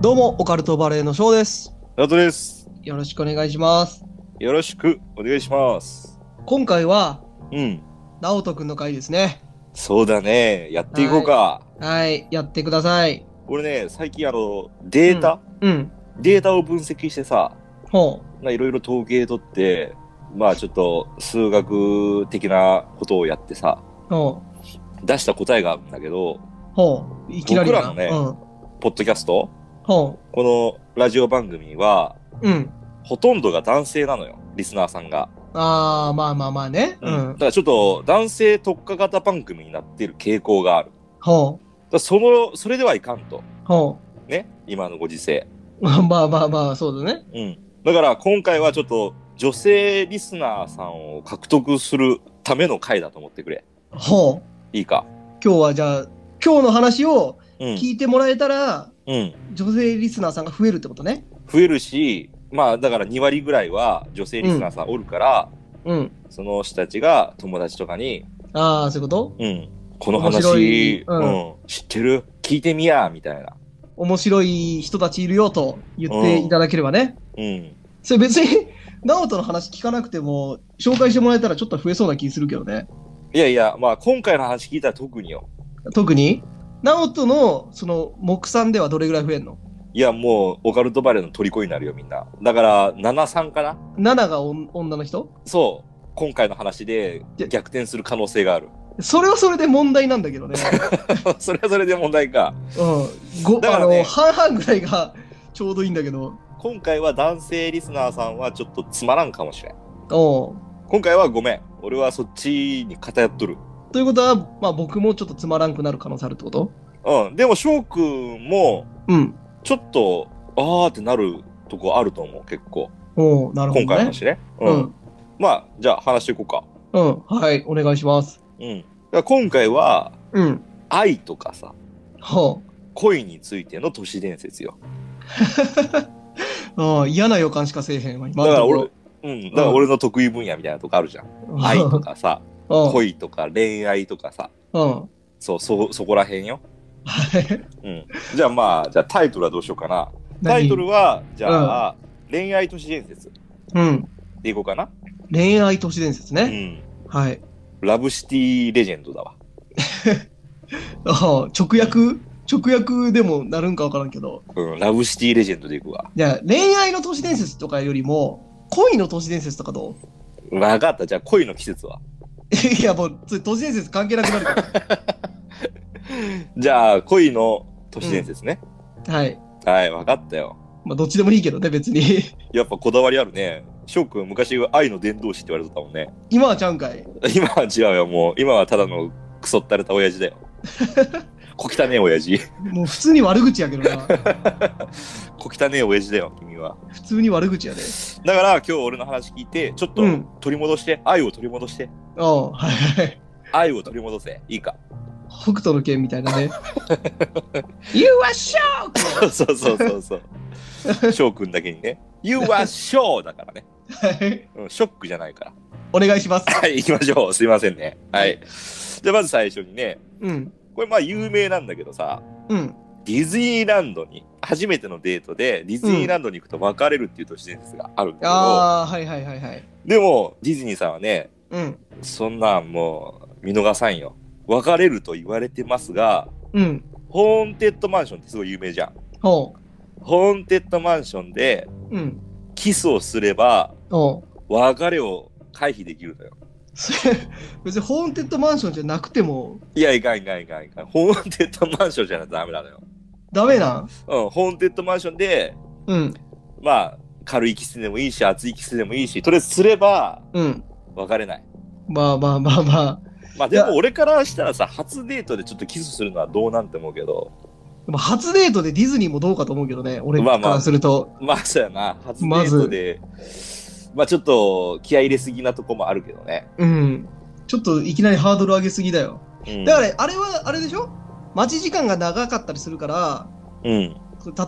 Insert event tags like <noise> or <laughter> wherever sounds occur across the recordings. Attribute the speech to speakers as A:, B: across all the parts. A: どうも、オカルトバレーの翔です。
B: ナトです。
A: よろしくお願いします。
B: よろしくお願いします。
A: 今回は、
B: うん。
A: ナオトくんの回ですね。
B: そうだね。やっていこうか。
A: はい、やってください。
B: 俺ね、最近あの、データ、
A: うん。
B: データを分析してさ、
A: ほ
B: まあいろいろ統計取って、まあちょっと数学的なことをやってさ、
A: う、ほ
B: 出した答えがあるんだけど、
A: う、ほう。いきなりだな
B: 僕ら
A: う
B: の
A: ん。
B: ポッドキャスト
A: ほ
B: このラジオ番組は、
A: う。うん。
B: ほとんどが男性なのよ。リスナーさんが。
A: あー、まあまあまあね。う
B: だ
A: ん。
B: からちょっと男性特化型番組になってる傾向がある。
A: ほ
B: だからその、それではいかんと。
A: う、ほ
B: ね。今のご時世。
A: う。 <laughs> まあまあまあ、そうだね。
B: うん、だから今回はちょっと女性リスナーさんを獲得するための回だと思ってくれ
A: ほう。
B: いいか
A: 今日はじゃあ、今日の話を
B: うん、
A: 聞いてもらえたら、
B: うん、
A: 女性リスナーさんが増えるってことね。
B: 増えるしまあだから2割ぐらいは女性リスナーさんおるから、
A: うん。
B: その人たちが友達とかに
A: あー、そういうこと
B: 「うん、この
A: 面白い
B: 話、
A: う
B: うんん知ってる聞いてみや」みたいな、
A: 面白い人たちいるよと言っていただければね。
B: うん、
A: それ別に、 <laughs> ナオトの話聞かなくても、紹介してもらえたらちょっと増えそうな気するけどね。
B: いやいやまあ今回の話聞いたら特によ
A: 特に、ナオトの、その、目算ではどれぐらい増えんの
B: いやもうオカルトバレーの虜になるよみんなだから73かな
A: ?7 がおん女の人
B: そう今回の話で逆転する可能性がある
A: それはそれで問題なんだけどね。
B: <laughs> それはそれで問題か。
A: うん。ご
B: だか
A: あ
B: らね
A: の、半々ぐらいがちょうどいいんだけど。
B: 今回は男性リスナーさんはちょっとつまらんかもしれん。
A: お
B: 今回はごめん。俺はそっちに偏っとる。
A: ということは、まあ僕もちょっとつまらんくなる可能性あるってこと
B: うん。でも翔くんも、
A: うん。
B: ちょっと、あーってなるとこあると思う、結構。
A: おうなるほど
B: 今回の
A: ね。
B: 話ね。
A: う
B: うんん。。まあ、じゃあ話していこうか。
A: うん。はい。お願いします。
B: うん。だから今回は、
A: うん。
B: 愛とかさ、
A: は
B: 恋についての都市伝説よ。
A: あ。うん。嫌な予感しかせえへんわ、今
B: だ
A: の
B: か
A: と
B: ら
A: ころ
B: 俺、うん。だから俺の得意分野みたいなとこあるじゃん。愛とかさ、
A: うん。
B: 恋とか恋愛とかさ、
A: うん。
B: そう、そ、そこら辺よ。
A: はい
B: うん、じゃあまあじゃあタイトルはどうしようかなタイトルはじゃあ、恋愛都市伝説
A: うん。
B: でいこうかな、
A: 恋愛都市伝説
B: う
A: ね。
B: ん、
A: はい。
B: ラブシティレジェンドだわ
A: ああ直訳直訳でもなるんかわからんけど。
B: うんラブシティレジェンドでいくわ
A: じゃあ、恋愛の都市伝説とかよりも、恋の都市伝説とかどう
B: 分かったじゃあ恋の季節はい
A: や、もう、 <laughs> それ都市伝説関係なくなるか
B: じゃあ恋の都市伝説ね、
A: <laughs> ら。はい。
B: はい分かったよ
A: まあ、どっちでもいいけどね、別に。 <laughs>
B: やっぱこだわりあるね翔くん昔は愛の伝道師って言われてたもんね
A: 今はちゃうんかい。
B: 今は違うよもう今はただのクソったれた親父だよ小汚ねえ親父
A: もう普通に悪口やけどな。
B: 小汚ねえ親父だよ君は
A: 普通に悪口やで。
B: だから今日俺の話聞いてちょっと
A: うん
B: 取り戻して、愛を取り戻して
A: ああはいはい。
B: 愛を取り戻せいいか
A: 北斗の剣みたいな <laughs> ね。You are shocked!
B: <laughs> そうそうそうそう <laughs> 翔くんだけにね「You are show」だからね、
A: はい
B: うん、ショックじゃないから
A: お願いします。
B: はい行きましょうすいませんねはいじゃあまず最初にね
A: うん。
B: これまあ有名なんだけどさ
A: うん。
B: ディズニーランドに初めてのデートでディズニーランドに行くと別れるっていう都市伝説があるんだ
A: ああ、はいはいはいはい。
B: けど、でもディズニーさんはね
A: うん。
B: そんなんもう見逃さんよ別れると言われてますが
A: うん。
B: ホーンテッドマンションってすごい有名じゃん。
A: ほ
B: ホーンテッドマンションで
A: う。うん。
B: キスをすれば
A: お
B: 別れを回避できるのよ。
A: それ <laughs> 別にホーンテッドマンションじゃなくても
B: いや、いかんいかんいかんいかん。ホーンテッドマンションじゃダメなのよ。
A: ダメなん
B: うん、ホーンテッドマンションで、
A: うん
B: まあ、軽いキスでもいいし、熱いキスでもいいし、とりあえずすれば
A: うん
B: 別れない。
A: まあまあまあまあ
B: まあ、
A: いや
B: でも俺からしたらさ、初デートでちょっとキスするのはどうなんて思うけど、
A: でも初デートでディズニーもどうかと思うけどね俺
B: ま
A: か
B: あまあ
A: らすると、
B: まあ、そうやな、初デ
A: ま
B: ー
A: ず
B: トで、まあ、ちょっと気合い入れすぎなとこもあるけどね。
A: うんちょっといきなりハードル上げすぎだよ
B: うん、
A: だからあれはあれでしょ待ち時間が長かったりするから
B: うん、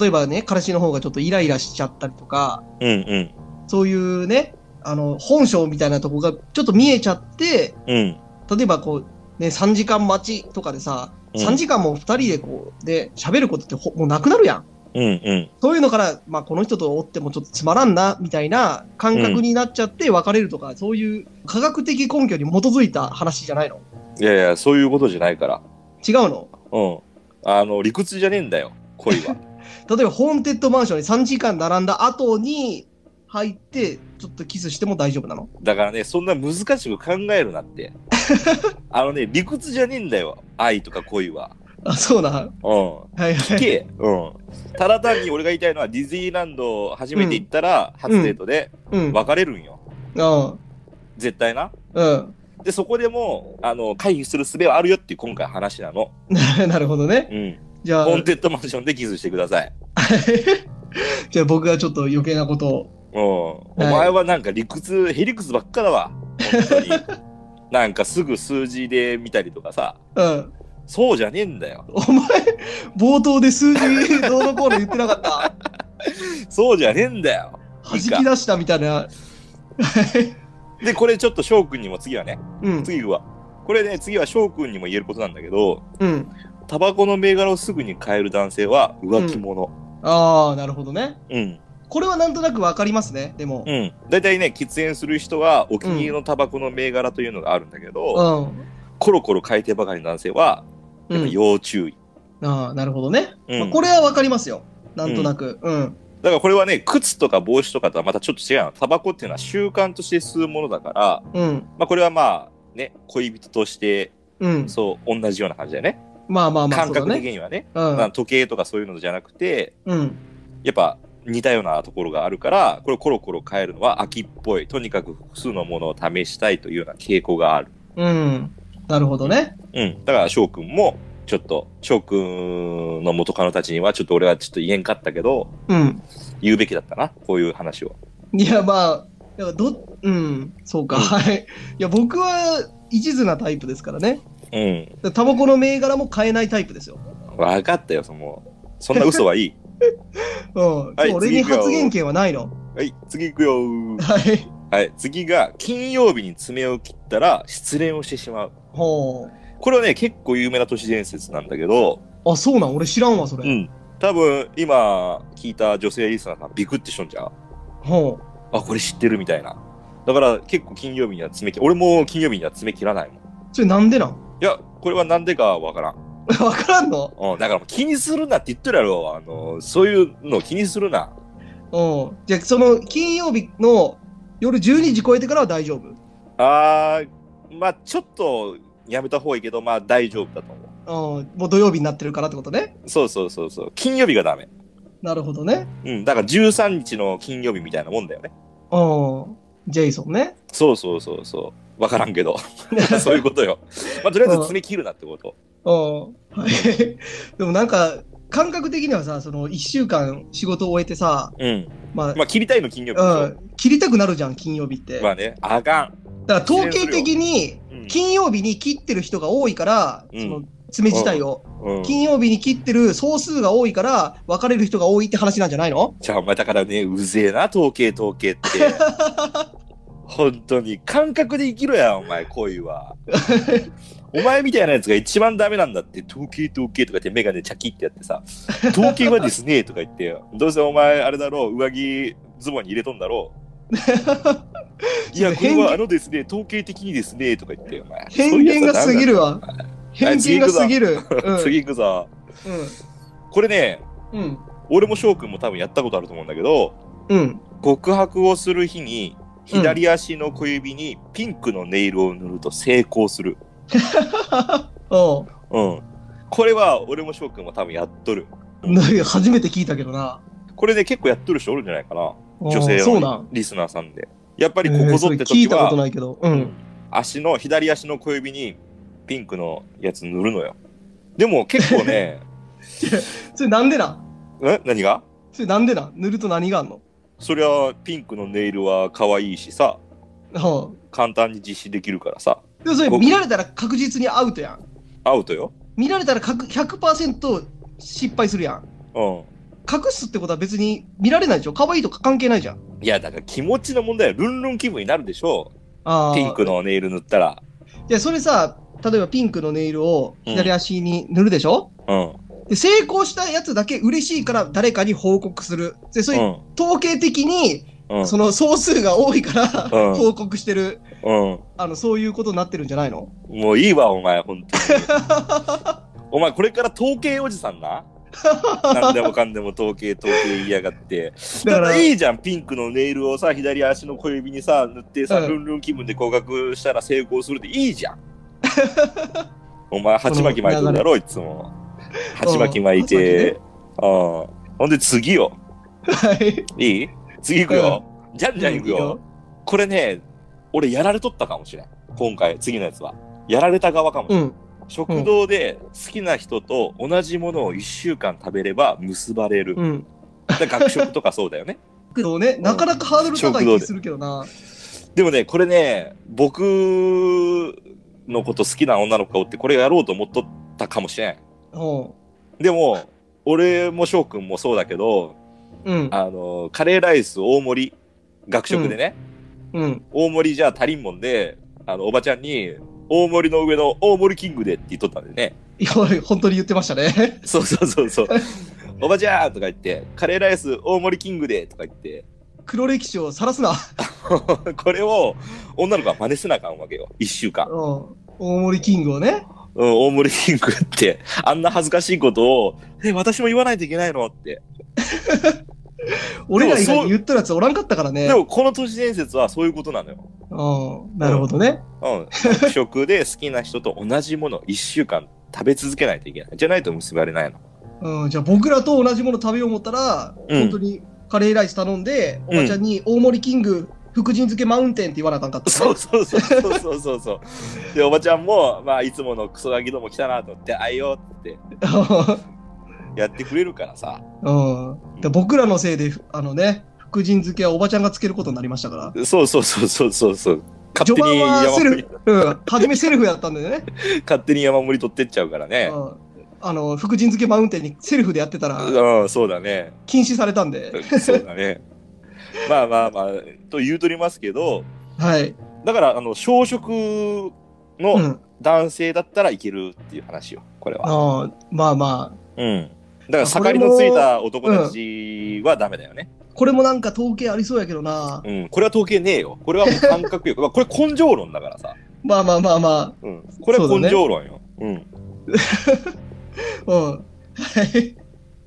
A: 例えばね彼氏の方がちょっとイライラしちゃったりとか
B: うん、うん、
A: そういうねあの本性みたいなとこがちょっと見えちゃって
B: うん。
A: 例えばこう、ね、3時間待ちとかでさ、
B: うん
A: 3時間も2人でこう、で、喋ることってほもうなくなるやん。
B: うんうん。
A: そういうのから、まあ、この人とおってもちょっとつまらんな、みたいな感覚になっちゃって別れるとか、そういう科学的根拠に基づいた話じゃないの
B: いやいや、そういうことじゃないから。
A: 違うの
B: うん。あの、理屈じゃねえんだよ、恋 <laughs> は。
A: 例えば、ホーンテッドマンションに3時間並んだ後に入って、ちょっとキスしても大丈夫なの
B: だからね、そんな難しく考えるなって。あのね、理屈じゃねえんだよ、愛とか恋は。
A: あ、そうな。は
B: うん。
A: いは
B: 聞
A: い。
B: け。うん。ただ単に俺が言いたいのは、ディズニーランド初めて行ったら、初デートで
A: うん。
B: 別れるんよ。
A: うん。
B: 絶対な。
A: うん。 <laughs>
B: で、そこでもう、あの、回避する術はあるよっていう今回話なの。
A: なるほどね。
B: うん。
A: じゃあ
B: ホー、ンテッドマンションでキスしてください。
A: じゃあ僕がちょっと余計なことを。
B: うん。お前はなんか理屈、へりくつばっかだわ。
A: <laughs>
B: 本当に。なんかすぐ数字で見たりとかさ。
A: うん。
B: そうじゃねえんだよ。
A: お前、冒頭で数字どうのこうの言ってなかった。
B: そうじゃねえんだよ。
A: 弾き出したみたいな。
B: で、これちょっと翔くんにも次はね、
A: うん。
B: 次は、これね、次は翔くんにも言えることなんだけど、
A: うん。
B: タバコの銘柄をすぐに変える男性は浮気者。
A: ああ、なるほどね。
B: うん。
A: これはなんとなくわかりますね、でも。
B: うん。大体ね、喫煙する人はお気に入りのタバコの銘柄というのがあるんだけ
A: う
B: ど、
A: ん。
B: コロコロ変えてばかりの男性は、
A: う
B: やっぱ
A: ん、
B: 要注意。
A: ああ、なるほどね。
B: うん
A: まあ、これはわかりますよ。なんとなく。うん。
B: だからこれはね、靴とか帽子とかとはまたちょっと違うの。タバコっていうのは習慣として吸うものだから、
A: うん。
B: まあこれはまあ、ね、恋人として、
A: うん。
B: そう、同じような感じだよね。
A: まあまあまあ、
B: 感
A: そうだ
B: 覚的
A: ね。
B: にはね。
A: う
B: まあ
A: ん。
B: 時計とかそういうのじゃなくて、
A: うん。
B: やっぱ似たようなところがあるから、これをコロコロ変えるのは秋っぽい。とにかく複数のものを試したいというような傾向がある。
A: うん。なるほどね。
B: うん。だから翔くんも、ちょっと、翔くんの元カノたちには、ちょっと俺はちょっと言えんかったけど、
A: うん。
B: 言うべきだったな。こういう話を。
A: いや、まあ、だからど、うん、そうか。
B: うん
A: はい。いや、僕は一途なタイプですからね。
B: うん。
A: タバコの銘柄も買えないタイプですよ。
B: わかったよ、その、そんな嘘はいい。
A: うん。
B: はい
A: 俺に
B: 次行くよ
A: 発言権はないの。
B: <laughs> はい、次行くよー。
A: はい。
B: はい、次が、金曜日に爪を切ったら失恋をしてしまう。
A: ほ
B: これはね、結構有名な都市伝説なんだけど、
A: う。あ、そうなん俺知らんわ、それ。
B: うん。多分、今、聞いた女性リスナーさん、ビクってしとんじゃん。
A: ほう。
B: あ、これ知ってるみたいな。だから、結構金曜日には爪切、俺も金曜日には爪切らないもん。い
A: それなんでなん <laughs>
B: や、これはなんでかわからん。
A: わからんの
B: うん、だからもう気にするなって言ってるやろ。あの、そういうの気にするな。
A: うん。じゃあ、その、金曜日の夜12時超えてからは大丈夫。
B: あー、まあちょっと、やめた方がいいけど、まあ大丈夫だと思う。
A: うん。もう土曜日になってるからってことね。
B: そうそうそうそう。金曜日がダメ。
A: なるほどね。
B: うん。だから13日の金曜日みたいなもんだよね。
A: うん。ジェイソン
B: <laughs>
A: ね。
B: そうそうそうそう。わからんけど。 <laughs> そういうことよ。
A: <laughs>
B: まあ、とりあえず爪切るなってこと。
A: うん。はい。 <laughs> でもなんか、感覚的にはさ、その、1週間仕事を終えてさ、
B: うん。
A: ま
B: まあ、切りたいの金曜日でし
A: あ、う
B: ょ。
A: ん。切りたくなるじゃん、金曜日って。
B: まあね、あかん。
A: だから、統計的に、
B: うん
A: 金曜日に切ってる人が多いから、
B: うん
A: その爪自体を、
B: うん
A: 金曜日に切ってる総数が多いから、別れる人が多いって話なんじゃないの
B: じゃあ、お前だからね、うぜえな、統計統
A: <laughs>
B: 計って。本当に、感覚で生きろや、お前、恋は。お前みたいなやつが一番ダメなんだって、統計統計とかってメガネチャキってやってさ、統計はですね、とか言ってよ。どうせお前、あれだろう、上着ズボンに入れとんだろ
A: <laughs>
B: う。いや、これはあのですね、統計的にですね、とか言ってよ、お前。
A: 偏見が過ぎ
B: る。
A: るわ。偏見が過ぎる。うん。
B: <laughs> 次行くぞ。これね、
A: うん。うん。
B: 俺も翔くんも多分やったことあると思うんだけど、
A: うん。
B: 告白をする日に左足の小指にピンクのネイルを塗ると成功する。
A: おう
B: うん。これは俺も翔くんも多分やっとる。
A: なんか初めて聞いたけどな。
B: これね、結構やっとる人おるんじゃないかな。女
A: お
B: 性
A: うそうな
B: の
A: ん。
B: リスナーさんで。やっぱりこ
A: え
B: こ
A: ー
B: ぞ
A: そ
B: っ
A: れ
B: て
A: 聞
B: 時
A: いたこと
B: は、
A: ないけど。うん。
B: 足の、左足の小指にピンクのやつ塗るのよ。でも結構ね、 <laughs>
A: それなんでなん
B: え何が
A: それなんでなん塗ると何があんの
B: そりゃピンクのネイルは可愛いしさ、
A: おう
B: 簡単に実施できるからさ、
A: でもそれ見られたら確実にアウトやん。
B: アウトよ。
A: 見られたらかく100%失敗するやん。
B: うん。
A: 隠すってことは別に見られないでしょ可愛いとか関係ないじゃん。
B: いや、だから気持ちの問題はルンルン気分になるでしょ
A: あ
B: う。
A: ー
B: ピンクのネイル塗ったら。
A: いや、それさ、例えばピンクのネイルを左足に塗るでしょ、
B: うん。
A: で成功したやつだけ嬉しいから誰かに報告する。で、そうういう
B: う
A: 統計的に、
B: うん
A: その総数が多いから、
B: うん
A: 報告してる、
B: うん
A: あの、そういうことになってるんじゃないの
B: もういいわお前本当
A: <laughs>
B: にお前これから統計おじさ
A: <laughs>
B: んな何でもかんでも統計統計言いやがって
A: だから
B: だっていいじゃんピンクのネイルをさ左足の小指にさ塗ってさ、
A: うん
B: ルンルン気分で合格したら成功するでいいじゃん
A: <laughs>
B: お前鉢巻き巻いてるだろいつも鉢巻き巻いてうんほんで次よ
A: はい。
B: いい次行くよ、じゃんじゃん行くよ、
A: いいよ
B: これね俺やられとったかもしれん今回次のやつはやられた側かもし
A: う
B: れん、
A: ん。
B: 食堂で好きな人と同じものを1週間食べれば結ばれる、
A: うん。
B: だから学食とかそうだよね <laughs>
A: けどね、なかなかハードル高い気するけどな。
B: でもねこれね僕のこと好きな女の子がおってこれやろうと思っとったかもしれん
A: うん
B: でも俺も翔くんもそうだけど
A: うん。
B: あのカレーライス大盛り学食でね、
A: うん。
B: 大盛りじゃ足りんもんで、あの、おばちゃんに、大盛りの上の大盛りキングでって言っとったんでね。
A: いや、本当に言ってましたね。 <laughs>
B: そうそうそうそう。おばちゃんとか言って、カレーライス大盛りキングでとか言って、 <laughs>
A: 黒歴史を晒すな。
B: これを女の子は真似せなあかんわけよ。一週間
A: う。ん。大森キングをね。
B: うん、大盛りキングって、あんな恥ずかしいことを、え、私も言わないといけないのって。
A: 俺ら以
B: でも
A: 外
B: そう
A: に言っとるやつおらんかったからね。
B: でも、この都市伝説はそういうことなのよ。
A: うん。なるほどね。
B: うん。学食で好きな人と同じものを一週間食べ続けないといけない。じゃないと結ばれないの。
A: うん。じゃあ僕らと同じもの食べよう思ったら、
B: うん
A: 本当にカレーライス頼んで、
B: うん
A: おばちゃんに大森キング、福神漬けマウンテンって言わなあかんかった。
B: そうそうそうそうそうそうそう。で、おばちゃんも、まあ、いつものクソガキども来たなと思って、あいよってやってくれるからさ。
A: <laughs> うん。で僕らのせいで、あのね、福神漬けはおばちゃんがつけることになりましたから。
B: そうそうそうそうそうそう。勝
A: 序
B: 手に
A: 盤は
B: 山
A: セ
B: 盛り
A: ル、うん、初めセルフやったんだよね。
B: 勝手に山盛り取ってっちゃうからね。
A: うんあの、福神漬けマウンテンにセルフでやってたら
B: うん、そうだね。
A: 禁止されたんで。
B: そうだね。 <laughs> まあまあまあ、と言うとりますけど、
A: はい。
B: だから、あの、小食
A: う
B: の
A: ん。
B: 男性だったらいけるっていう話よ、これは。
A: あーまあま
B: うん。だから、盛りのついた男たちはダメだよね。
A: あ、これもなんか統計ありそうやけどな。
B: うん、これは統計ねえよ。これはもう感覚よ。ま <laughs> あこれ根性論だからさ。
A: まあまあまあま
B: うん、これは根性論よ。うん、
A: あ。うん。はい。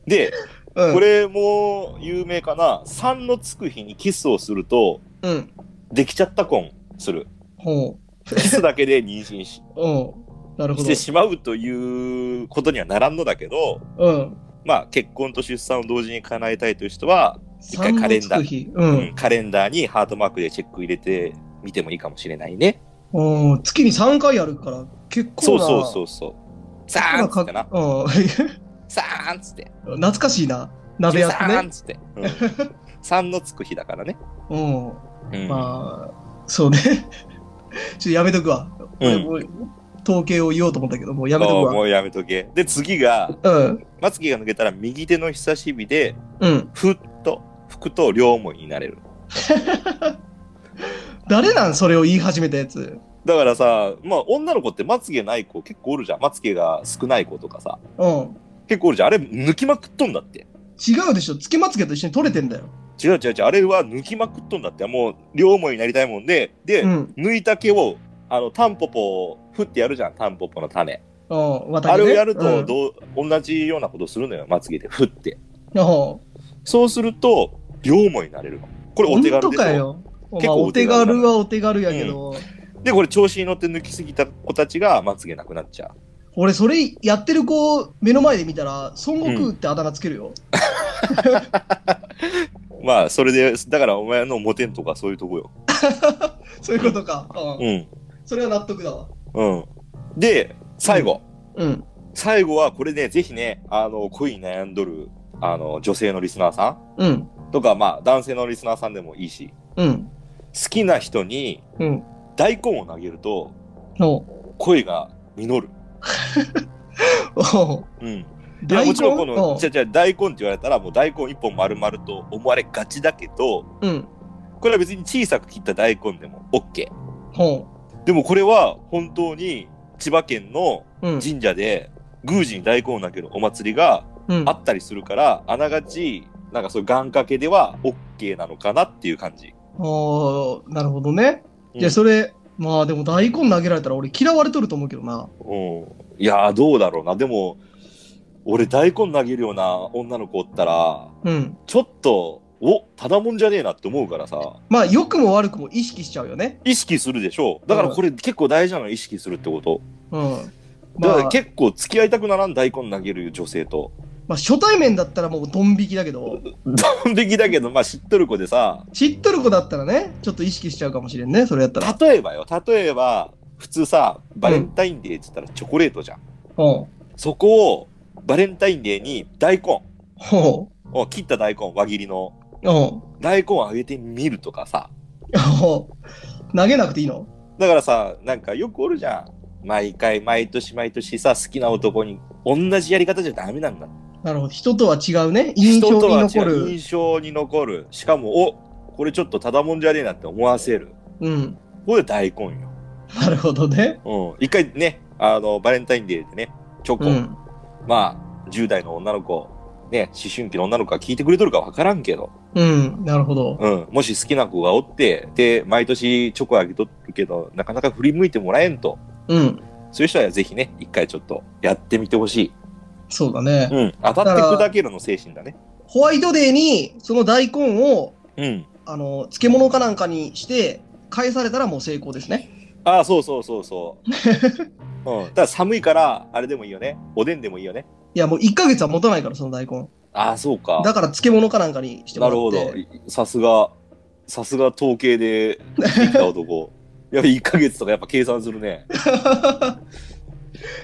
B: で、
A: うん。
B: これも有名かな。3のつく日にキスをすると、
A: うん。
B: できちゃった婚する。
A: ほ
B: キスだけで妊娠し
A: う。うん。なるほ
B: し
A: ど
B: て。しまうということにはならんのだけど、
A: うん。
B: まあ結婚と出産を同時に叶えたいという人は、一回
A: 三
B: カレンダー
A: のつく日う
B: うん
A: ん。
B: カレンダーにハートマークでチェック入れてみてもいいかもしれないね。
A: うん。月に三回あるから、結構
B: そう
A: な。
B: そう
A: う。
B: そうそう。さーんっつってな。さーんっつって。
A: うん。 <laughs> 懐かしいな。鍋やって
B: さーん
A: ね
B: っ。つって。うん、3のつく日だからね。
A: うん。
B: うん
A: まあ、そうね。 <laughs> ちょっとやめとくわ。
B: うん
A: 俺も統計を言おうと思ったけど、もうやめと
B: もう
A: く
B: も
A: わ。
B: うやめとけ。で、次が、
A: うん。
B: まつげが抜けたら右手の人差し指で、
A: うん。
B: ふっと、ふくと両思いになれる。
A: 誰なんそれを言い始めたやつ。
B: だからさ、まあ、女の子ってまつげない子結構おるじゃん。まつげが少ない子とかさ。
A: うん。
B: 結構おるじゃん。あれ、抜きまくっとんだって。
A: 違うでしょ。つけまつげと一緒に取れてんだよ。
B: 違う違う違う。あれは抜きまくっとんだって。もう、両思いになりたいもんで、で、
A: うん。
B: 抜いた毛を、あの、タンポポを、ふってやるじゃん。タンポポの種。
A: うん。私ね
B: あれをやる
A: う
B: と、
A: ん
B: どう、同じようなことするのよ。まつげで、ふって。
A: うん
B: そうすると、両思いになれるの。こ <laughs> れお手
A: 本
B: 軽
A: 当
B: でしょ
A: かよ。
B: 結
A: まあ、
B: 構
A: お
B: お手
A: 手
B: 軽だな
A: 軽はお手軽やけど、
B: で、これ調子に乗って抜きすぎた子たちがまつげなくなっちゃう。
A: 俺それやってる子を目の前で見たら、孫悟空ってあだ名つけるよ。
B: まあ、それで、だからお前のモテんとかそういうとこよ。
A: そういうことか、うん。
B: うん。
A: それは納得だわ。
B: うん。で、最後。
A: うん。
B: 最後はこれね、ぜひね、あの、恋に悩んどる、あの、女性のリスナーさ
A: うん。
B: んとか、まあ、男性のリスナーさんでもいいし、
A: うん。
B: 好きな人に
A: うん。
B: 大根を投げると、
A: おう
B: 恋が実る。
A: おう
B: うん。いや、
A: 大
B: もちろんこ
A: お
B: の、
A: う
B: じゃじゃ大根って言われたら、もう大根一本丸々と思われがちだけど、
A: うん。
B: これは別に小さく切った大根でも OK。
A: ほ
B: でもこれは本当に千葉県の
A: う。うん。
B: 神社で宮司に大根を投げるお祭りが
A: うん
B: あったりするから、あながち、なんかそういう願掛けでは OK なのかなっていう感じ。
A: ああ、なるほどね。
B: うん
A: いや、それ、まあでも大根投げられたら俺嫌われとると思うけどな。
B: うん。いやー、どうだろうな。でも、俺大根投げるような女の子おったら、
A: うん。
B: ちょっと、お、ただもんじゃねえなって思うからさ、
A: まあ、良くも悪くも意識しちゃうよね。
B: 意識するでしょだからこれ結構大事なの、意識するってこと。
A: うん。ま
B: だから
A: あ、
B: 結構付き合いたくならん大根投げる女性と。 <laughs>
A: まあ、初対面だったらもうドン引きだけど、
B: ドン引きだけど、まあ知っとる子でさ、
A: 知っとる子だったらね、ちょっと意識しちゃうかもしれんね、それやったら。
B: 例えばよ、例えば、普通さ、バレンタインデーって言ったらチョコレートじゃん。
A: ほう
B: そこを、バレンタインデーに大根、
A: ほ
B: を切った大根、輪切りの、
A: うほ
B: 大根をあげてみるとかさ。
A: うほう投げなくていいの
B: だからさ、なんかよくおるじゃん。毎回、毎年毎年さ、好きな男に、同じやり方じゃダメなんだ。
A: なるほど。人とは違うね。印象に
B: 人とは違
A: 残
B: う
A: る。
B: 印象に残る。しかも、お、これちょっとただもんじゃねえなって思わせる。
A: うん。
B: これ大根よ。
A: なるほどね。
B: うん、一回ね、あの、バレンタインデーでね、チョコ、
A: うん。
B: まあ、10代の女の子、ね、思春期の女の子が聞いてくれとるかわからんけど、
A: うん。なるほど。
B: うん、もし好きな子がおって、で、毎年チョコあげとるけど、なかなか振り向いてもらえんと、
A: うん。
B: そういう人はぜひね、一回ちょっとやってみてほしい。
A: そうだね。
B: うん、当たって砕けるの精神だね。
A: ホワイトデーに、その大根を、
B: うん。
A: あの、漬物かなんかにして、返されたらもう成功ですね。
B: ああ、そうそうそう <laughs> そう。うん、ただ寒いから、あれでもいいよね。おでんでもいいよね。
A: いや、もう1ヶ月は持たないから、その大根。
B: ああ、そうか。
A: だから漬物かなんかにしても
B: な
A: らっ
B: る
A: て。
B: ほど。さすが、さすが統計でできた男。 <laughs> やっぱ1ヶ月とかやっぱ計算す
A: <laughs>
B: るね。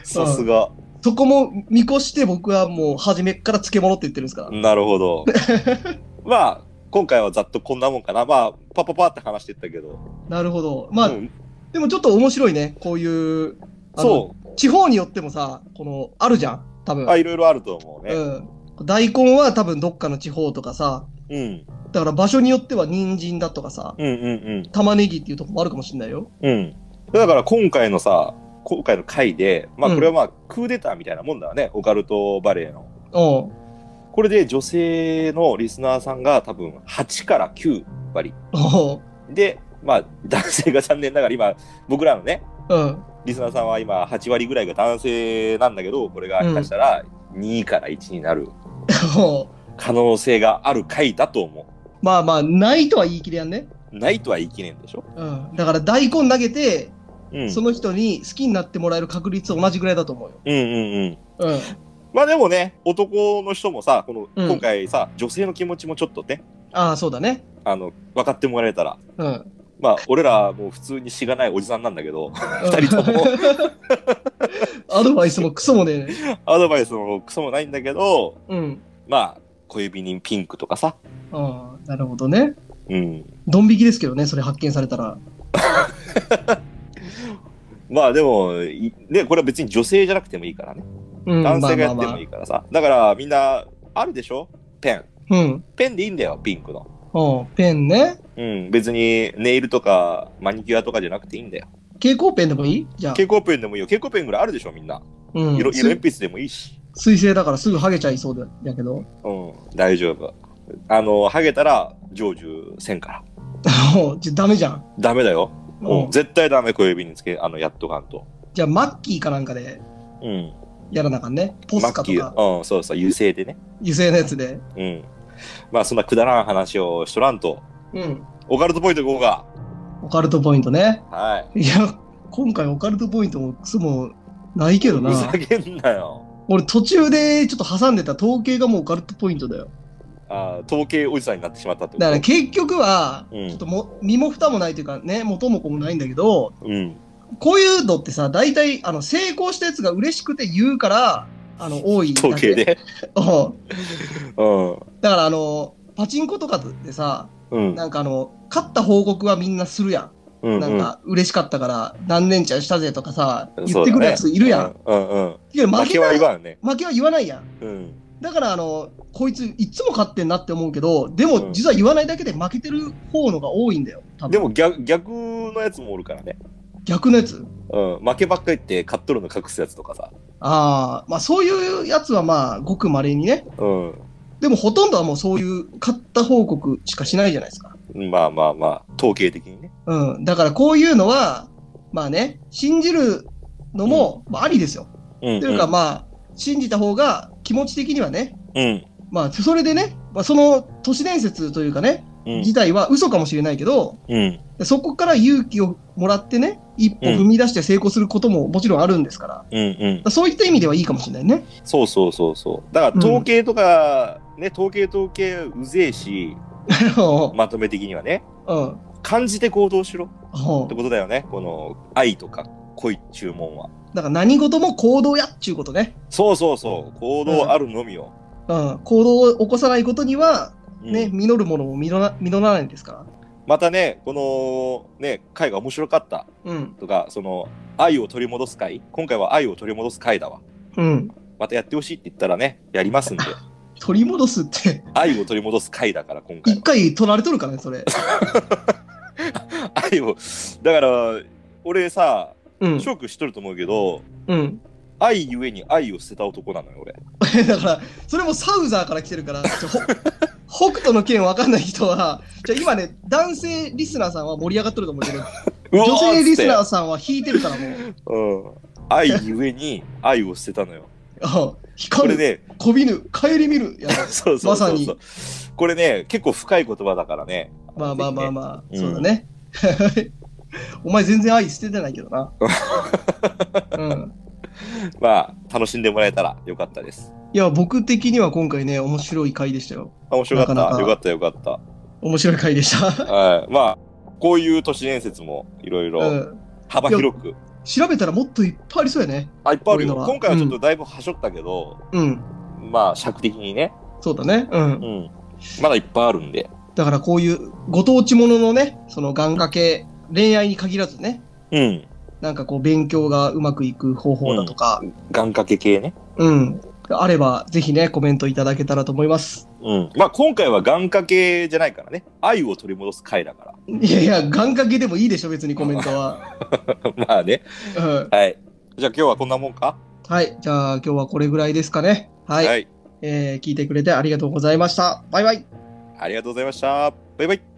B: さすが。
A: そこも見越して僕はもう初めっから漬物って言ってるんですから。
B: なるほ
A: <laughs>
B: ど。まあ、今回はざっとこんなもんかな。まあ、パパパって話してったけど。
A: なるほど。まあ、
B: うん
A: でもちょっと面白いね。こういう。あの
B: そ
A: 地方によってもさ、この、あるじゃん。多
B: う。
A: 分。
B: あ、いろいろあると思うね。
A: うん。大根は多分どっかの地方とかさ、
B: うん。
A: だから場所によっては人参だとかさ、
B: うんうん
A: 玉ねぎっていうとこもあるかもしれないよ。
B: うん。うん。だから今回のさ、今回の回で、まあこれはまあクーデターみたいなもんだよね。オカルトバレーの。
A: うん。 <laughs>
B: これで女性のリスナーさんが多分8から9割。
A: おう
B: で、まあ、男性が残念ながら今、僕らのね、
A: うん。 <laughs>
B: リスナーさんは今、8割ぐらいが男性なんだけど、これが
A: うん
B: 下手したら2から1になる
A: おう
B: 可能性がある回だと思
A: まあまあ、ないとは言い切れやんね。
B: う。ないとは言い切れんでしょ
A: うん。だから大根投げて、
B: うん。
A: その人に好きになってもらえる確率同じぐらいだと思うよ。
B: うんうんうん。
A: うん。
B: まあでもね、男の人もさ、この、
A: うん
B: 今回さ、女性の気持ちもちょっとね、
A: ああ、そうだね。
B: あの、分かってもらえたら、
A: うん。
B: まあ、俺らもう普通にしがないおじさんなんだけど、二人とも <laughs>
A: <laughs> アドバイスもクソもねえね。
B: アドバイスもクソもないんだけど、
A: うん。
B: まあ、小指にピンクとかさ、
A: ああ、なるほどね。
B: うん、
A: ドン引きですけどね、それ発見されたら。
B: まあでも、いね、これは別に女性じゃなくてもいいからね。
A: うん。
B: 男性がやっ
A: ま
B: て
A: あまあ
B: もいいからさ。だからみんな、あるでしょペン。
A: まあうん。
B: ペンでいいんだよ、ピンクの。
A: おうペンね。
B: うん、別にネイルとかマニキュアとかじゃなくていいんだよ。
A: 蛍光ペンでもいいじゃあ。
B: 蛍光ペンでもいいよ。蛍光ペンぐらいあるでしょ、みんな。
A: うん。
B: 色色
A: す
B: 鉛筆でもいいし。
A: 水性だからすぐ剥げちゃいそうだだけど。 <laughs>
B: うん、大丈夫。あの、ハゲたら成就せんから。
A: おうじゃあダメじゃん。
B: ダメだよ。
A: お
B: う、
A: うん
B: 絶対ダメ、小指につけ、あの、やっとかんと。
A: じゃあマッキーかなんかで
B: うん。
A: やらなあかんね。ポスカと
B: マッ
A: か
B: キーうん、そうそう、油性でね。
A: 油性のやつで。
B: うん。まあ、そんなくだらん話をしとらんと。
A: うん。
B: オカルトポイント5が。
A: オカルトポイントね。
B: はい。
A: いや、今回オカルトポイントもクソもないけど
B: ふざ
A: な。
B: けんなよ。
A: 俺途中でちょっと挟んでた統計がもうオカルトポイントだよ。
B: あー統計おじさんになってしまったってこと
A: だから結局は、
B: うん
A: ちょっとも身も蓋もないというかね、元も子もないんだけど、
B: うん。
A: こういうのってさ、大体あの成功したやつが嬉しくて言うから、あの、多いだけ。
B: 統計で。
A: <laughs> うん。
B: うん。
A: だからあの、パチンコとかでさ、
B: うん。
A: なんかあの、勝った報告はみんなするや。
B: うんん。
A: なんか、嬉しかったから、何年ちゃんしたぜとかさ、言ってくるやつい
B: い
A: るやん。。
B: うんうん。
A: いや負
B: 負
A: け
B: け
A: は
B: は
A: 言
B: 言
A: わ
B: わんね。
A: 負けは言わないやん。
B: うん。
A: だからあの、こいついつも勝ってんなって思うけど、でも実は言わないだけで負けてる方のが多いんだよ。多分
B: でも逆逆のやつもおるからね。
A: 逆のやつ
B: うん。負けばっかりって買っとるの隠すやつとかさ。
A: ああ、まあそういうやつはまあごく稀にね。
B: う
A: でもほとんどはもうそういう買った報告しかしないじゃないですか。
B: ん。まあまあまあ、統計的にね。
A: うん。だからこういうのは、まあね、信じるのも、まあありですよ。
B: うん、うん。
A: というかまあ、信じた方が気持ち的にはね、
B: うん。
A: まあそれでね、まあ、その都市伝説というかね、
B: うん。
A: 自体は嘘かもしれないけど、
B: うん。
A: そこから勇気をもらってね、一歩踏み出して成功することももちろんあるんですから、だか
B: うん。うん。
A: らそういった意味ではいいかもしれないね。 <laughs>
B: そうそうそうそう。だから統計とか、ね、統計統計うぜえ
A: う
B: し、
A: ん
B: まとめ的にはね、
A: うん。
B: 感じて行動しろ
A: うん
B: ってことだよね。この愛とか恋っちゅうもんは。
A: だから何事も行動やっちゅうことね。
B: そうそうそう。行動あるのみを。
A: うん。行動を起こさないことには、
B: うん
A: ね、実るものも実ら実らないんですか
B: またね、このね、回が面白かった
A: ら。うん。
B: とか、その愛を取り戻す回、今回は愛を取り戻す回だわ。
A: うん。
B: またやってほしいって言ったらね、やり <laughs> ますんで。
A: 取り戻すって、
B: 愛を取り戻す回だから、今回
A: 一
B: は。
A: 回取られとるからね、それ。
B: 愛を、だから、俺さ、
A: うん
B: シ。ョックしとると思うけど、 <laughs>
A: うん。
B: 愛ゆえに愛を捨てた男なのよ、俺。
A: だから、それもサウザーから来てるから、ちょほ
B: <laughs>
A: 北斗の剣わかんない人は、じゃあ今ね、男性リスナーさんは盛り上がっとると思うけど、
B: <laughs> うお
A: 女性リスナ
B: ーっつっ
A: ーさんは引いてるからもう
B: <laughs> てうん。愛ゆえに愛を捨てたのよ。
A: あ、
B: こ
A: 光
B: れ
A: る、 <laughs>
B: ね、
A: こびぬ、帰り見る。やつ
B: そうそうそうそう。
A: ま
B: これね、結構深い言葉だからね。
A: まあまあまあ
B: ぜ
A: まあ、
B: ぜひ
A: そ
B: ね
A: うだね。 <laughs> お前全然愛捨ててないけどな。うん。
B: ひねまあ、楽しんでもらえたらよかったです。
A: いや、僕的には今回ね、面白い回でしたよ。
B: あ面白かった
A: なかなか
B: よかったよかっ。
A: 面白い回で <laughs> したた。
B: はい。まあ、こういう都市伝説もいろいうろ
A: ん。
B: 幅広く。
A: 調べたらもっといっぱいありそうやね。
B: あ、いっぱいあるよ。
A: 俺のは
B: 今回はちょっとだいぶはしょったけど、
A: うん。
B: まあ、尺的にね。
A: そうだね。うん
B: う。ん。まだいっぱいあるんで。
A: だからこういうご当地もののね、その願掛け、恋愛に限らずね、
B: うん。
A: なんかこう勉強がうまくいく方法だとか、
B: 願掛け系ね。
A: うん。あれば、ぜひね、コメントいただけたらと思います。
B: うん。まあ、今回は願掛けじゃないからね。愛を取り戻す回だか
A: いやいや、願掛けでもいいでしょ、別にコメント <laughs> は。
B: ら。まあね。
A: うん、
B: はい。じゃあ今日はこんなもんか
A: はい、じゃあ今日はこれぐらいですかね。はい、
B: はい。
A: えー聞いてくれてありがとうございました。バイバイ。
B: ありがとうございました。バイバイ。